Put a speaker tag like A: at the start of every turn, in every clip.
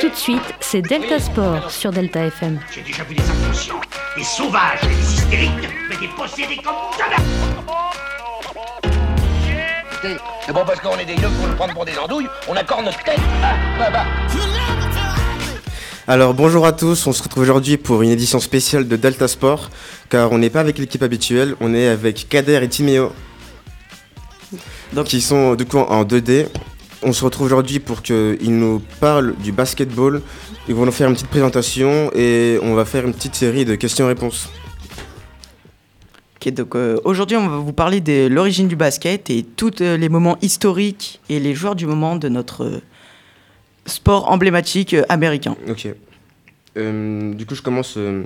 A: Tout de suite, c'est Delta Sport sur Delta FM.
B: J'ai déjà vu des inconscients, des sauvages, des hystériques, mais des possédés comme jamais Écoutez, c'est bon parce qu'on est des yeux pour nous prendre pour des andouilles, on accorde notre tête Ah, bah bah
C: Alors bonjour à tous, on se retrouve aujourd'hui pour une édition spéciale de Delta Sport, car on n'est pas avec l'équipe habituelle, on est avec Kader et Timéo. Donc ils sont du coup en 2D. On se retrouve aujourd'hui pour qu'ils nous parlent du basketball. Ils vont nous faire une petite présentation et on va faire une petite série de questions-réponses.
D: Ok, donc euh, aujourd'hui, on va vous parler de l'origine du basket et tous euh, les moments historiques et les joueurs du moment de notre euh, sport emblématique euh, américain.
C: Ok. Euh, du coup, je commence. euh,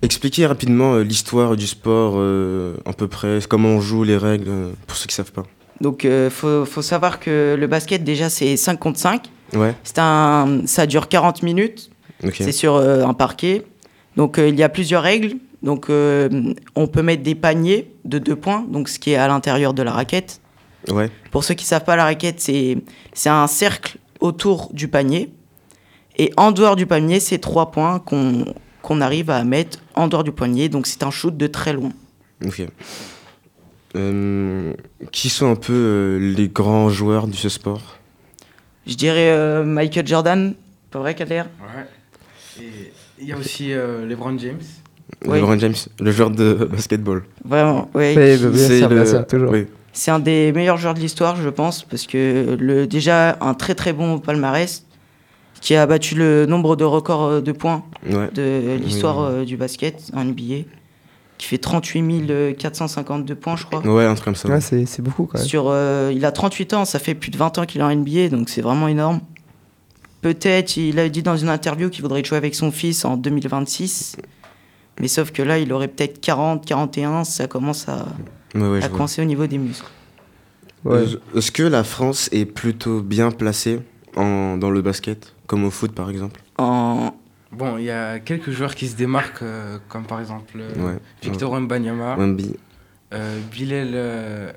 C: expliquer rapidement euh, l'histoire du sport, euh, à peu près, comment on joue, les règles, euh, pour ceux qui savent pas.
D: Donc, euh, faut, faut savoir que le basket, déjà, c'est 5 contre 5.
C: Ouais,
D: C'est un, ça dure 40 minutes.
C: ok.
D: C'est sur euh, un parquet. Donc, euh, il y a plusieurs règles. Donc, euh, on peut mettre des paniers de deux points, donc ce qui est à l'intérieur de la raquette.
C: Ouais,
D: Pour ceux qui ne savent pas, la raquette, c'est c'est un cercle autour du panier. Et en dehors du panier, c'est trois points qu'on qu'on arrive à mettre en dehors du panier. Donc c'est un shoot de très loin.
C: ok. Euh, qui sont un peu euh, les grands joueurs de ce sport
D: Je dirais euh, Michael Jordan, pas vrai, Kader
E: Ouais. Et il y a aussi euh, LeBron James.
D: Oui.
C: LeBron James, le joueur de basketball.
D: Vraiment, oui.
F: Oui, bah, bien
C: C'est
F: sûr, bien
C: le-
F: sûr, toujours.
C: Oui,
D: C'est un des meilleurs joueurs de l'histoire, je pense, parce que le, déjà un très très bon palmarès qui a battu le nombre de records euh, de points
C: ouais.
D: de l'histoire
C: Oui.
D: euh, du basket en NBA, qui fait 38 452 points, je crois.
C: Ouais, un truc comme ça.
F: Ouais, c'est c'est beaucoup quand même.
D: Sur, euh, il a 38 ans, ça fait plus de 20 ans qu'il est en NBA, donc c'est vraiment énorme. Peut-être, il a dit dans une interview qu'il voudrait jouer avec son fils en 2026. Mais sauf que là, il aurait peut-être 40, 41, ça commence à,
C: Ouais, ouais,
D: à
C: je vois.
D: coincer au niveau des muscles.
F: Ouais.
C: Euh, Est-ce que la France est plutôt bien placée en, dans le basket, comme au foot par exemple
D: En...
E: Bon, il y a quelques joueurs qui se démarquent, euh, comme par exemple euh,
C: Ouais.
E: Victor Wembanyama,
C: Wemby.
E: euh, Bilal euh,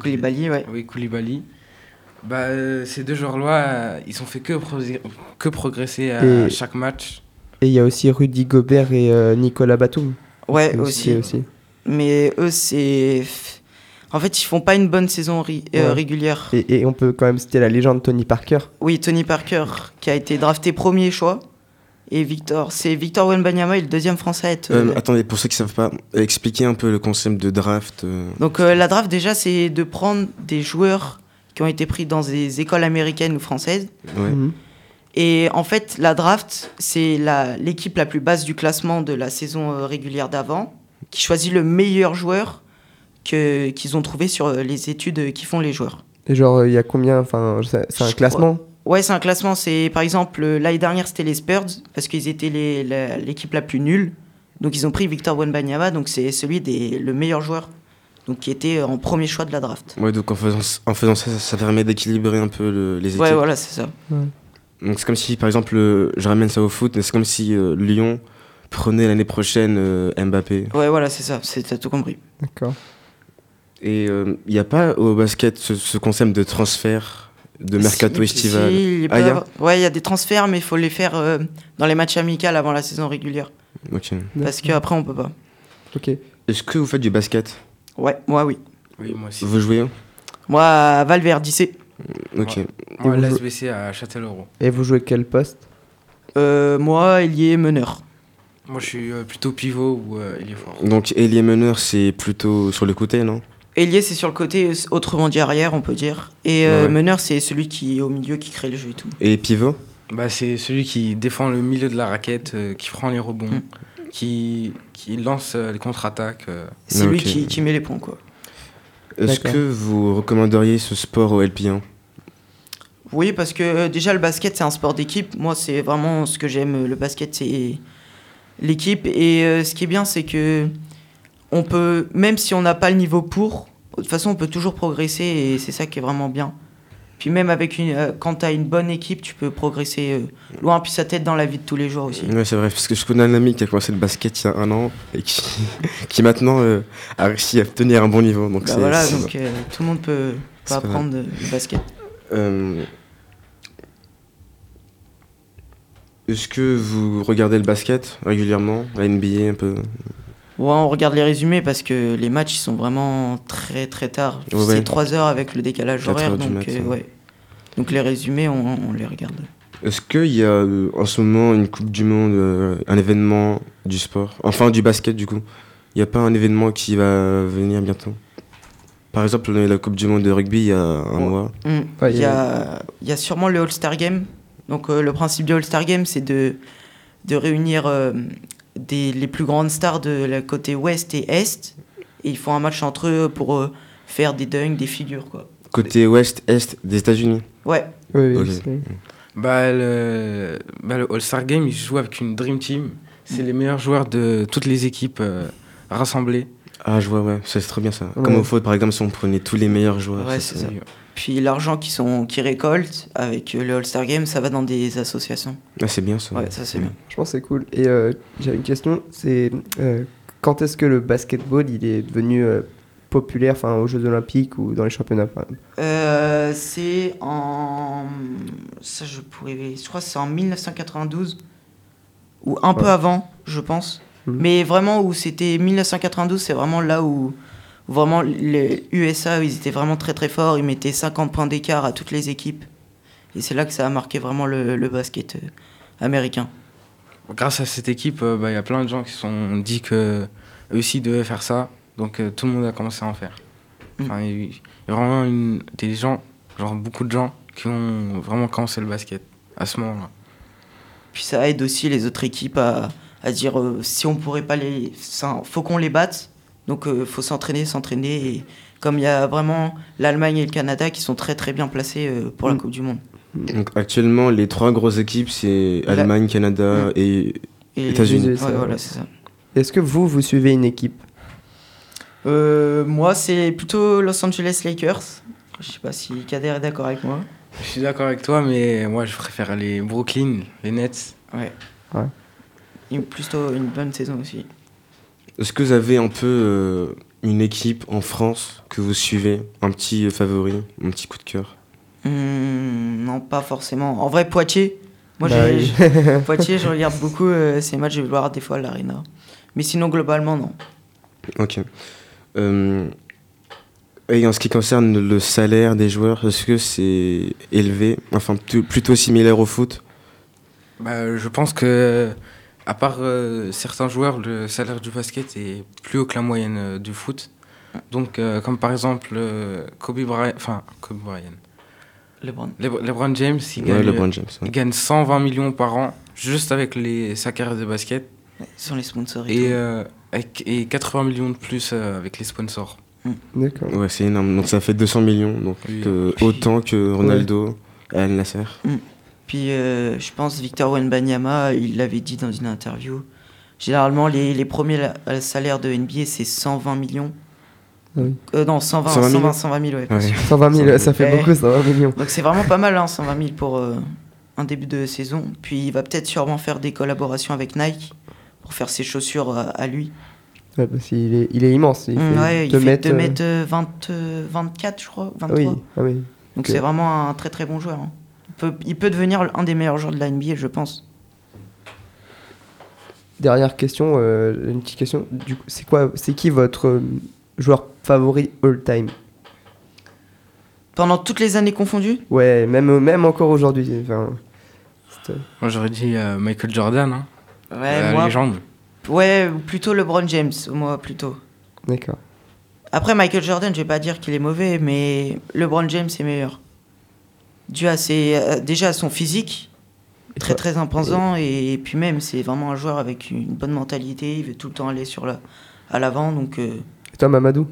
D: Koulibaly, ouais.
E: oui, Koulibaly. Bah, euh, ces deux joueurs-là, euh, ils ont fait que, progr- que progresser à
F: Et-
E: chaque match.
F: Et il y a aussi Rudy Gobert et euh, Nicolas Batum.
D: Ouais,
F: Et
D: aussi. Mais eux, c'est. En fait, ils font pas une bonne saison ri- euh,
F: Ouais.
D: régulière.
F: Et, et on peut quand même citer la légende Tony Parker.
D: Oui, Tony Parker, qui a été drafté premier choix. Et Victor, c'est Victor Wenbanyama, et le deuxième français à être.
C: Euh,
D: euh,
C: attendez, pour ceux qui savent pas, expliquez un peu le concept de draft. euh,
D: Donc euh, la draft déjà c'est de prendre des joueurs qui ont été pris dans des écoles américaines ou françaises.
C: ouais.
F: Mhm.
D: Et en fait la draft c'est la- l'équipe la plus basse du classement de la saison euh, régulière d'avant qui choisit le meilleur joueur que- qu'ils ont trouvé sur euh, les études euh, qu'ils font les joueurs.
F: Et genre, euh, il y a combien Enfin, je sais- c'est un
D: Je
F: classement
D: Ouais c'est un classement, c'est par exemple euh, l'année dernière c'était les Spurs parce qu'ils étaient les- la- l'équipe la, plus nulle. Donc ils ont pris Victor Wembanyama, donc c'est celui des le meilleur joueur, donc qui était euh, en premier choix de la draft.
C: Ouais, donc en faisant, en faisant ça, ça, ça permet d'équilibrer un peu le- les équipes.
D: Ouais voilà c'est ça.
C: Donc c'est comme si, par exemple, euh, je ramène ça au foot, mais c'est comme si euh, Lyon prenait l'année prochaine euh, Mbappé.
D: Ouais, voilà, c'est ça, c'est- t'as tout compris.
F: D'accord.
C: Et il n'y a pas au basket ce, ce concept de transfert, de mercato
D: Si,
C: estival.
D: si, il peut
C: Ah, y a
D: avoir- Ouais, il y a des transferts, mais il faut les faire euh, dans les matchs amicaux avant la saison régulière.
C: Ok.
D: Parce qu'après, on peut pas.
F: Ok.
C: Est-ce que vous faites du basket
D: Ouais, moi, oui.
E: Oui, moi aussi.
C: Vous jouez
D: Moi, à Valverde, c'est.
C: Ok.
E: Moi,
F: vous
E: à
F: jou-
E: l'SBC à Châtellerault.
F: Et vous jouez quel poste
D: Euh, moi, il y est meneur.
E: Moi, je suis euh, plutôt pivot ou euh, il est fort.
C: Donc ailier meneur, c'est plutôt sur le côté, non
D: Ailier, c'est sur le côté, autrement dit arrière, on peut dire. Et euh,
C: Ouais.
D: meneur, c'est celui qui est au milieu, qui crée le jeu et tout.
C: Et pivot
E: Bah, c'est celui qui défend le milieu de la raquette, euh, qui prend les rebonds,
D: Mm.
E: qui, qui lance euh, les contre-attaques. euh.
D: C'est
C: Ok.
D: lui qui, qui met les points, quoi.
C: Est-ce
F: D'accord.
C: que vous recommanderiez ce sport au LP1
D: Oui, parce que euh, déjà, le basket, c'est un sport d'équipe. Moi, c'est vraiment ce que j'aime. euh, Le basket, c'est l'équipe. Et euh, ce qui est bien, c'est que on peut, même si on n'a pas le niveau pour, de toute façon, on peut toujours progresser et c'est ça qui est vraiment bien. Puis même avec une, euh, quand tu as une bonne équipe, tu peux progresser euh, loin, puis ça t'aide dans la vie de tous les jours aussi.
C: Ouais, c'est vrai, parce que je connais un ami qui a commencé le basket il y a un an et qui, qui maintenant euh, a réussi à tenir un bon niveau. Donc
D: Bah
C: c'est-
D: voilà,
C: c'est-
D: donc euh, tout le monde peut, peut
C: C'est pas mal.
D: apprendre euh, le basket.
C: Euh, Est-ce que vous regardez le basket régulièrement La NBA un peu
D: Ouais, on regarde les résumés parce que les matchs ils sont vraiment très très tard.
C: Ouais, ouais.
D: C'est 3 heures avec le décalage
C: Quatre
D: horaire.
C: heures du
D: Donc,
C: mat,
D: euh,
C: ouais.
D: ouais. donc les résumés, on, on les regarde.
C: Est-ce qu'il y a euh, en ce moment une Coupe du Monde, euh, un événement du sport Enfin, du basket du coup Il n'y a pas un événement qui va venir bientôt Par exemple, on a eu la Coupe du Monde de rugby il y a un
D: Ouais.
C: mois.
D: Mm.
F: Ouais,
D: il, y a, il y a sûrement le All-Star Game. Donc euh, le principe du All-Star Game, c'est de, de réunir euh, des, les plus grandes stars de la côté ouest et est. Et ils font un match entre eux pour euh, faire des dunks, des figures. Quoi.
C: Côté ouest-est des États-Unis.
D: Ouais,
F: Oui, oui,
C: Ok.
F: c'est-
E: Bah, le, bah, le All-Star Game, il se joue avec une Dream Team. C'est les meilleurs joueurs de toutes les équipes euh, rassemblées.
C: Ah, je vois, ouais, ça, c'est trop bien ça.
F: Ouais.
C: Comme au foot, par exemple, si on prenait tous les meilleurs joueurs.
D: Ouais,
C: ça,
D: c'est
C: c'est-
D: ça. Puis l'argent qu'ils sont- qu'ils récoltent avec euh, le All-Star Game, ça va dans des associations.
C: Ah, c'est bien ça.
D: Ouais, ça c'est bien.
F: Je pense que c'est cool. Et euh, j'avais une question, c'est euh, quand est-ce que le basketball il est devenu euh, populaire, enfin aux Jeux Olympiques ou dans les championnats par exemple
D: Euh, c'est en. Ça, je pourrais. Je crois que c'est en 1992. Ou un peu
F: Ouais.
D: avant, je pense.
F: Mhm.
D: Mais vraiment, où c'était 1992, c'est vraiment là où. où Vraiment, les USA, ils étaient vraiment très très forts. Ils mettaient 50 points d'écart à toutes les équipes. Et c'est là que ça a marqué vraiment le, le basket euh, américain.
E: Grâce à cette équipe, euh, bah, il y a plein de gens qui se sont dit que eux aussi devaient faire ça. Donc euh, tout le monde a commencé à en faire. Enfin, il y a vraiment une- des gens, genre beaucoup de gens, qui ont vraiment commencé le basket à ce moment-là.
D: Puis ça aide aussi les autres équipes à, à dire euh, si on pourrait pas les. ça- faut qu'on les batte. Donc euh, faut s'entraîner, s'entraîner. Et comme il y a vraiment l'Allemagne et le Canada qui sont très très bien placés euh, pour la
F: Mm.
D: Coupe du Monde.
C: Donc, actuellement, les trois grosses équipes, c'est
D: La-
C: Allemagne, Canada
D: Mm.
C: et.
D: Et
C: États-Unis.
D: Ouais,
F: Ça, ouais.
D: voilà, c'est ça.
F: Est-ce que vous, vous suivez une équipe
D: Euh, moi, c'est plutôt Los Angeles Lakers. Je sais pas si Kader est d'accord avec moi.
E: Je suis d'accord avec toi, mais moi je préfère les Brooklyn, les Nets.
D: Ouais.
F: Ouais.
D: Et plutôt une bonne saison aussi.
C: Est-ce que vous avez un peu euh, une équipe en France que vous suivez Un petit euh, favori, un petit coup de cœur
D: Hmm, non, pas forcément. En vrai, Poitiers. Moi,
F: Bah
D: j'ai-
F: oui.
D: j'ai- Poitiers, je regarde beaucoup euh, ces matchs, je vais voir des fois à l'Arena. Mais sinon, globalement, non.
C: Ok. Euh, et en ce qui concerne le salaire des joueurs, est-ce que c'est élevé Enfin, ptu- plutôt similaire au foot
E: Bah, je pense que, à part euh, certains joueurs, le salaire du basket est plus haut que la moyenne euh, du foot. Donc, euh, comme par exemple euh, Kobe Bryant, enfin Kobe Bryant,
D: LeBron.
E: Lebr- LeBron James, il
C: Ouais,
E: gagne, euh,
C: LeBron James. ouais.
E: il gagne 120 millions par an juste avec les, sa carrière de basket
D: Ouais, Sans les sponsors. Et,
E: et,
D: tout.
E: euh, avec- et 80 millions de plus euh, avec les sponsors.
F: D'accord.
C: Ouais, c'est énorme. Donc ça fait 200 millions, donc
E: Oui.
C: que- autant que Ronaldo, Al Nasser.
D: Puis, euh, je pense, Victor Wenbanyama, il l'avait dit dans une interview. Généralement, les, les premiers la- euh, salaires de NBA, c'est 120 millions.
F: Ah oui.
D: Euh, non, 120,
C: 120
D: 120,
C: 000.
D: 120 000, ouais.
F: 120 000, ça fait
D: Ouais.
F: beaucoup, 120 millions.
D: Donc, c'est vraiment pas mal, hein, 120 000 pour euh, un début de saison. Puis, il va peut-être sûrement faire des collaborations avec Nike pour faire ses chaussures euh, à lui.
F: Ouais, parce qu'il est, il est immense. Il
D: Mm,
F: fait
D: ouais,
F: deux
D: il fait
F: mètres,
D: 2
F: euh,
D: mètres euh, 20, euh, 24, je crois,
F: ah
D: 23.
F: oui, ah oui.
D: Donc
F: Ok.
D: c'est vraiment un très très bon joueur. hein. Il, peut, il peut devenir un des meilleurs joueurs de la NBA, je pense.
F: Dernière question, euh, une petite question. Du coup, c'est quoi, c'est qui votre euh, joueur favori all time
D: Pendant toutes les années confondues
F: Ouais, même, même encore aujourd'hui. Enfin, c'est, euh,
E: Moi j'aurais dit euh, Michael Jordan, hein,
D: Ouais,
E: la
D: moi.
E: légende.
D: Ouais, ou plutôt LeBron James, moi plutôt.
F: d'accord.
D: Après Michael Jordan, je vais pas dire qu'il est mauvais, mais LeBron James est meilleur. Dû à ses, euh, déjà à son physique,
F: Et
D: très
F: toi-
D: très imposant, et, puis même c'est vraiment un joueur avec une bonne mentalité, il veut tout le temps aller sur la, à l'avant, donc euh,
F: et toi, Mamadou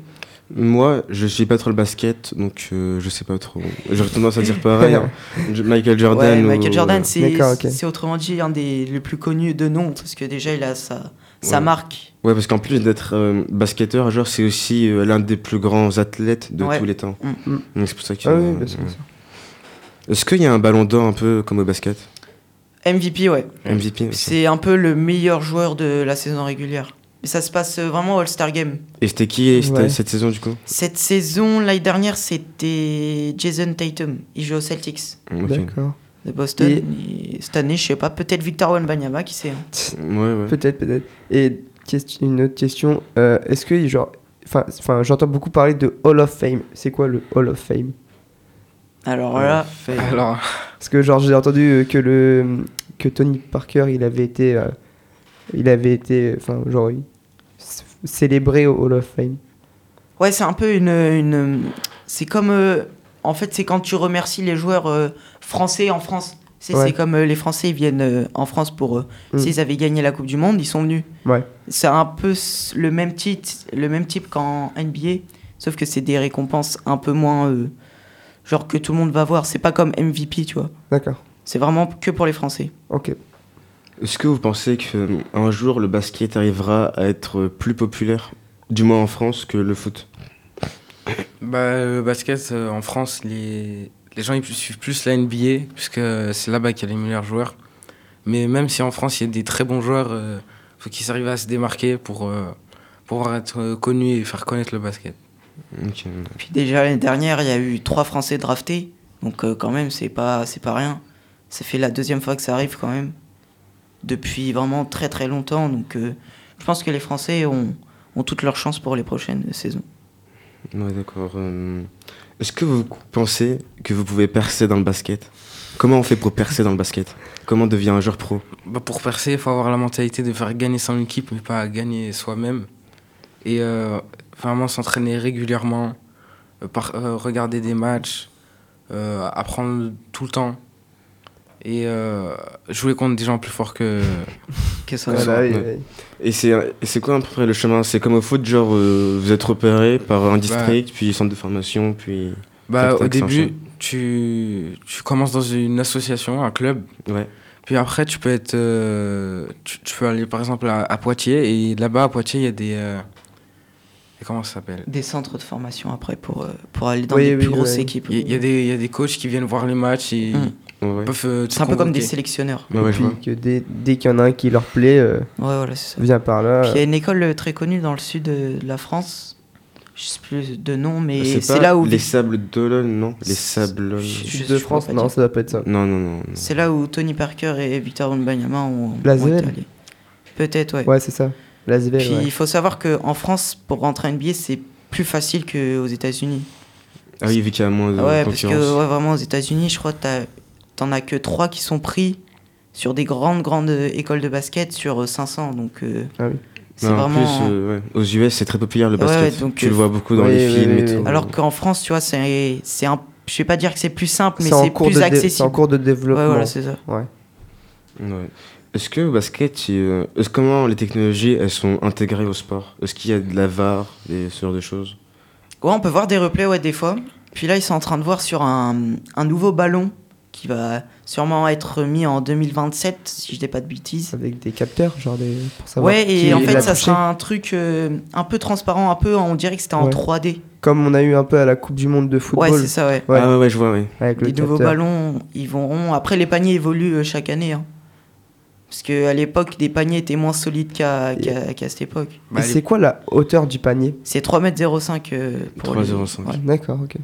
C: Moi, je suis pas trop le basket, donc euh, je sais pas trop. J'aurais tendance à dire pareil. hein. Je- Michael Jordan.
D: Ouais,
C: ou-
D: Michael Jordan, c'est
F: D'accord, ok.
D: c'est autrement dit un des les plus connus de nom, parce que déjà il a sa, sa
C: Ouais.
D: marque.
C: Ouais, parce qu'en plus d'être euh, basketteur, genre, c'est aussi euh, l'un des plus grands athlètes de
D: Ouais.
C: tous les temps.
D: Mm.
F: Mm.
C: Donc c'est pour ça que.
F: Ah oui,
C: euh,
F: bien sûr, bien sûr.
C: Est-ce qu'il y a un ballon d'or un peu comme au basket
D: MVP, ouais.
C: MVP aussi.
D: C'est un peu le meilleur joueur de la saison régulière. Et ça se passe euh, vraiment au All-Star Game.
C: Et c'était qui euh, c'était
F: Ouais.
C: cette saison du coup
D: Cette saison, l'année dernière, c'était Jason Tatum. Il joue aux Celtics.
C: Ok.
F: D'accord.
D: de Boston. Et cette année, je sais pas, peut-être Victor Wembanyama, qui sait. hein.
C: Ouais, ouais.
F: Peut-être, peut-être. Et quest- une autre question, euh, est-ce que genre, enfin, enfin, j'entends beaucoup parler de Hall of Fame. C'est quoi le Hall of Fame
D: Alors là,
E: Alors,
F: Parce que genre j'ai entendu euh, que le que Tony Parker il avait été, euh, il avait été, euh, enfin genre il- c- célébré au Hall of Fame.
D: ouais, c'est un peu une. une c'est comme. euh, en fait, c'est quand tu remercies les joueurs euh, français en France. C'est
F: Ouais.
D: c'est comme euh, les Français, ils viennent euh, en France pour. euh,
F: Mm.
D: S'ils avaient gagné la Coupe du Monde, ils sont venus.
F: Ouais.
D: C'est un peu s- le même, titre, le même type qu'en NBA, sauf que c'est des récompenses un peu moins. euh, genre que tout le monde va voir. C'est pas comme MVP, tu vois.
F: D'accord.
D: C'est vraiment que pour les Français.
F: Ok.
C: Est-ce que vous pensez qu'un jour le basket arrivera à être plus populaire, du moins en France, que le foot
E: bah, le basket euh, en France, les, les gens ils suivent plus la NBA, puisque euh, c'est là-bas qu'il y a les meilleurs joueurs. Mais même si en France il y a des très bons joueurs, il faut qu'ils arrivent à se démarquer pour euh, pouvoir être euh, connus et faire connaître le basket.
C: Ok.
D: Puis déjà l'année dernière, il y a eu trois Français draftés. Donc euh, quand même, c'est pas, c'est pas rien. Ça fait la deuxième fois que ça arrive quand même. Depuis vraiment très très longtemps. Donc euh, je pense que les Français ont, ont toutes leurs chances pour les prochaines saisons.
C: Ouais, d'accord. euh, Est-ce que vous pensez que vous pouvez percer dans le basket Comment on fait pour percer dans le basket Comment on devient un joueur pro
E: Bah, pour percer, il faut avoir la mentalité de faire gagner son équipe, mais pas gagner soi-même. Et euh, vraiment s'entraîner régulièrement, euh, par- euh, regarder des matchs, euh, apprendre tout le temps. Et euh, jouer contre des gens plus forts que.
D: Qu'est-ce que
F: Voilà, et-
C: ouais. Et c'est et c'est quoi à peu près le chemin C'est comme au foot, genre euh, vous êtes repéré par un district, puis centre de formation, puis.
E: Bah,
C: Tac,
E: au
C: tac, ça
E: début,
C: enchaîne.
E: tu, tu commences dans une association, un club.
C: Ouais.
E: Puis après, tu peux être. euh, tu, tu peux aller par exemple à, à Poitiers. Et là-bas, à Poitiers, il y a des. euh, comment ça s'appelle
D: Des centres de formation après pour, euh, pour aller dans
F: Oui,
D: les
F: oui,
D: plus grosses
F: ouais.
D: équipes.
E: Il y, a- il y a des- il y a des coachs qui viennent voir les matchs et
D: Mm.
C: Ouais.
E: ils peuvent. euh, te
D: C'est un peu comme des
E: convoquer.
D: sélectionneurs.
C: Ouais, ouais,
F: et
C: je
F: puis
C: vois.
F: que dès, dès qu'il y en a un qui leur plaît, euh,
D: Ouais, voilà, c'est ça.
F: vient par là.
D: Puis il y a une école euh, très connue dans le sud euh, de la France. Je sais plus de nom, mais
C: Bah, pas
D: c'est là où.
C: Les sables d'Olonne, non Les
D: C'est-
C: sables.
D: je- je-
F: Sud
D: je
F: de
D: pourrais
F: France,
D: pas
F: non,
D: dire.
F: ça doit pas être ça.
C: Non, non, non. non.
D: C'est là où Tony Parker et Victor Wembanyama ont,
F: La
D: ont été
F: Zelle.
D: allés. Peut-être, ouais.
F: Ouais, c'est ça. L'Asvel.
D: Puis
F: ouais.
D: il faut savoir qu'en France, pour rentrer en NBA, c'est plus facile qu'aux États-Unis.
C: Ah oui, vu qu'il y a moins de
D: Ah ouais, parce que
C: concurrence.
D: ouais, vraiment, aux États-Unis, je crois que t'as- t'en as que 3 qui sont pris sur des grandes, grandes euh, écoles de basket sur euh, 500. Donc euh,
F: Ah oui.
D: c'est
C: Ouais, en
D: vraiment.
C: plus, euh, ouais, aux US, c'est très populaire le
D: Ouais,
C: basket.
D: ouais, donc,
C: tu
D: euh,
C: le vois beaucoup dans
F: oui,
C: les
F: oui,
C: films
F: oui,
C: et
F: oui.
C: tout.
D: Alors qu'en France, tu vois, c'est c'est un. Je vais pas dire que c'est plus simple, mais
F: en
D: c'est
F: cours de
D: plus
F: dé- C'est en
D: accessible.
F: cours de
D: Ouais,
F: développement.
D: voilà, c'est ça.
F: Ouais.
C: Ouais. Est-ce que au basket, il, euh, est-ce- comment les technologies elles sont intégrées au sport Est-ce qu'il y a de la VAR, des, ce genre de choses
D: Ouais, on peut voir des replays, ouais, des fois. Puis là, ils sont en train de voir sur un, un nouveau ballon qui va sûrement être mis en 2027, si je dis pas de bêtises.
F: Avec des capteurs, genre des. Pour savoir
D: Ouais,
F: qui
D: et en
F: l'a
D: fait, ça
F: touché.
D: sera un truc euh, un peu transparent, un peu, on dirait que c'était en
F: Ouais.
D: 3D.
F: Comme on a eu un peu à la Coupe du Monde de football.
D: Ouais, c'est ça, ouais.
F: Ouais.
C: Ah ouais, ouais, je vois, oui.
F: Avec le
D: Les nouveaux
F: capteur.
D: ballons, ils vont rond. Après, les paniers évoluent euh, chaque année. hein. Parce qu'à l'époque, des paniers étaient moins solides qu'à qu'à- qu'à cette époque.
E: Bah,
F: et
E: les-
F: c'est quoi la hauteur du panier
D: C'est 3m05 euh, pour les-
C: 3,05.
D: ouais.
F: D'accord, ok.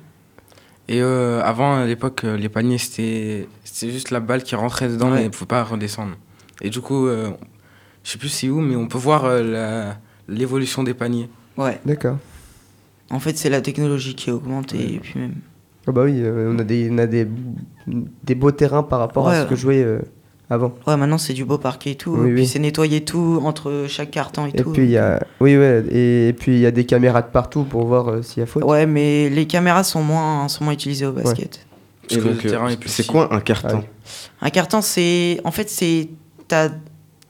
E: Et euh, avant, à l'époque, euh, les paniers, c'était c'était juste la balle qui rentrait dedans
D: Ouais.
E: mais elle ne pouvait pas redescendre. Et du coup, euh, je sais plus c'est où, mais on peut voir euh, la- l'évolution des paniers.
D: Ouais.
F: D'accord.
D: En fait, c'est la technologie qui augmente et puis même.
F: Ah bah oui, euh, on a, des, on a des, des beaux terrains par rapport
D: Ouais.
F: à ce que jouait euh, avant.
D: Ouais, maintenant c'est du beau parquet et tout.
F: Oui,
D: et puis
F: oui.
D: c'est nettoyer tout entre chaque carton et,
F: Et
D: tout.
F: puis il y a, oui ouais, et, et puis il y a des caméras de partout pour voir euh, s'il y a faute.
D: Ouais, mais les caméras sont moins, sont moins utilisées au basket.
C: Et
E: Parce que
C: donc,
E: le
C: euh,
E: terrain est plus
C: c'est
E: petit.
C: quoi un carton
F: Ah
D: Un carton, c'est. En fait, c'est. T'as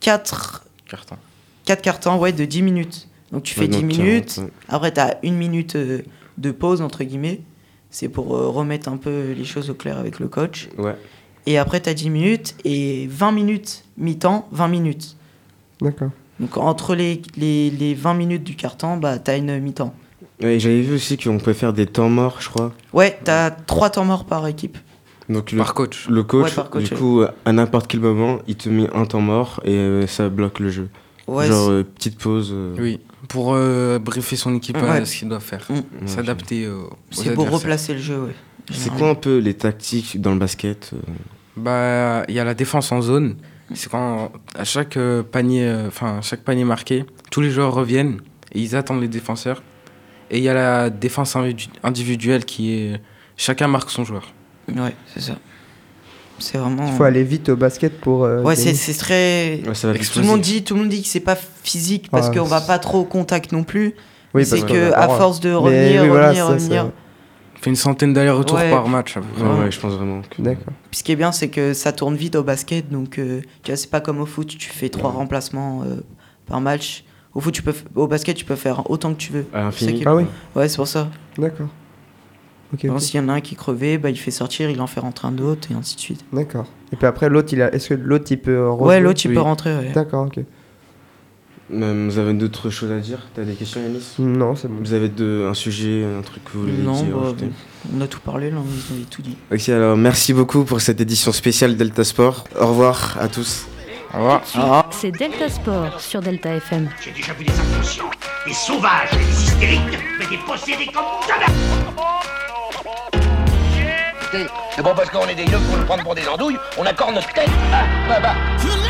D: 4,
E: Carton.
D: quatre cartons ouais, de 10 minutes. Donc tu fais
C: Ouais,
D: 10
C: donc,
D: minutes.
C: 40, ouais.
D: Après, t'as une minute euh, de pause, entre guillemets. C'est pour euh, remettre un peu les choses au clair avec le coach.
C: Ouais.
D: Et après, t'as 10 minutes et 20 minutes mi-temps, 20 minutes.
F: D'accord.
D: Donc entre les, les, les 20 minutes du carton, bah, t'as une mi-temps.
C: Ouais, et J'avais vu aussi qu'on pouvait faire des temps morts, je crois.
D: Ouais, t'as 3 temps morts par équipe.
C: Donc le,
E: Par coach.
C: le coach,
D: Ouais, par coach,
C: du
D: ouais.
C: coup, à n'importe quel moment, il te met un temps mort et euh, ça bloque le jeu.
D: Ouais,
C: genre euh, petite pause. euh,
E: Oui. Pour euh, briefer son équipe
D: Ouais.
E: à ce qu'il doit faire.
D: Mm.
C: ouais,
E: S'adapter euh, aux
D: c'est pour
E: adversaires.
D: replacer le jeu, ouais.
C: C'est quoi un peu les tactiques dans le basket euh,
E: Bah, il y a la défense en zone.
D: Mm.
E: C'est quand à chaque euh, panier, euh, enfin à chaque panier marqué, tous les joueurs reviennent et ils attendent les défenseurs. Et il y a la défense individu- individuelle qui est chacun marque son joueur.
D: Ouais, c'est ça. C'est vraiment.
F: Il faut aller vite au basket pour. euh,
D: Mmh. Ouais,
F: gagner.
D: c'est c'est très.
C: Ouais, ça va
D: Tout le
C: exploser.
D: monde dit, tout le monde dit que c'est pas physique parce
F: Ouais,
D: qu'on va
F: c'est-
D: pas trop au contact non plus.
F: Oui,
D: c'est
F: parce
D: que
F: qu'on a
D: à
F: pas le
D: force de
F: droit. hein.
D: revenir,
F: Mais oui, voilà,
D: revenir,
F: ça,
D: revenir.
F: ça-
E: On fait une centaine d'allers-retours
D: Ouais.
E: par match. à peu près.
C: Ouais, ouais, je pense vraiment. Que...
F: D'accord.
D: Puis ce qui est bien, c'est que ça tourne vite au basket, donc euh, tu vois, c'est pas comme au foot, tu fais trois remplacements euh, par match. Au foot, tu peux, f- au basket, tu peux faire autant que tu veux.
C: À
D: C'est
C: l'infini.
D: qui-
F: Ah oui,
D: Ouais, c'est pour ça.
F: d'accord. Ok,
D: Par exemple,
F: ok,
D: S'il y en a un qui crevait, bah, il fait sortir, il en fait rentrer un autre, et ainsi de suite.
F: d'accord. Et puis après, l'autre, il a... est-ce que l'autre, il peut. euh,
D: ouais,
F: rejouer
D: l'autre, il
C: oui.
D: peut rentrer. ouais.
F: D'accord, ok.
C: Euh, vous avez d'autres choses à dire T'as des questions, Yanis
F: Non, c'est bon.
C: Vous avez de- un sujet, un truc que vous voulez
D: Non,
C: dire
D: bah,
C: rajouter
D: on a tout parlé, là, on avait tout dit.
C: Ok, alors merci beaucoup pour cette édition spéciale Delta Sport. Au revoir à tous.
E: Au revoir.
A: C'est Delta Sport sur Delta FM.
B: J'ai déjà vu des inconscients, des sauvages, des hystériques, mais des possédés comme jamais C'est bon parce qu'on est des yeux pour nous prendre pour des andouilles, on accorde notre tête. Ah, bah, bah.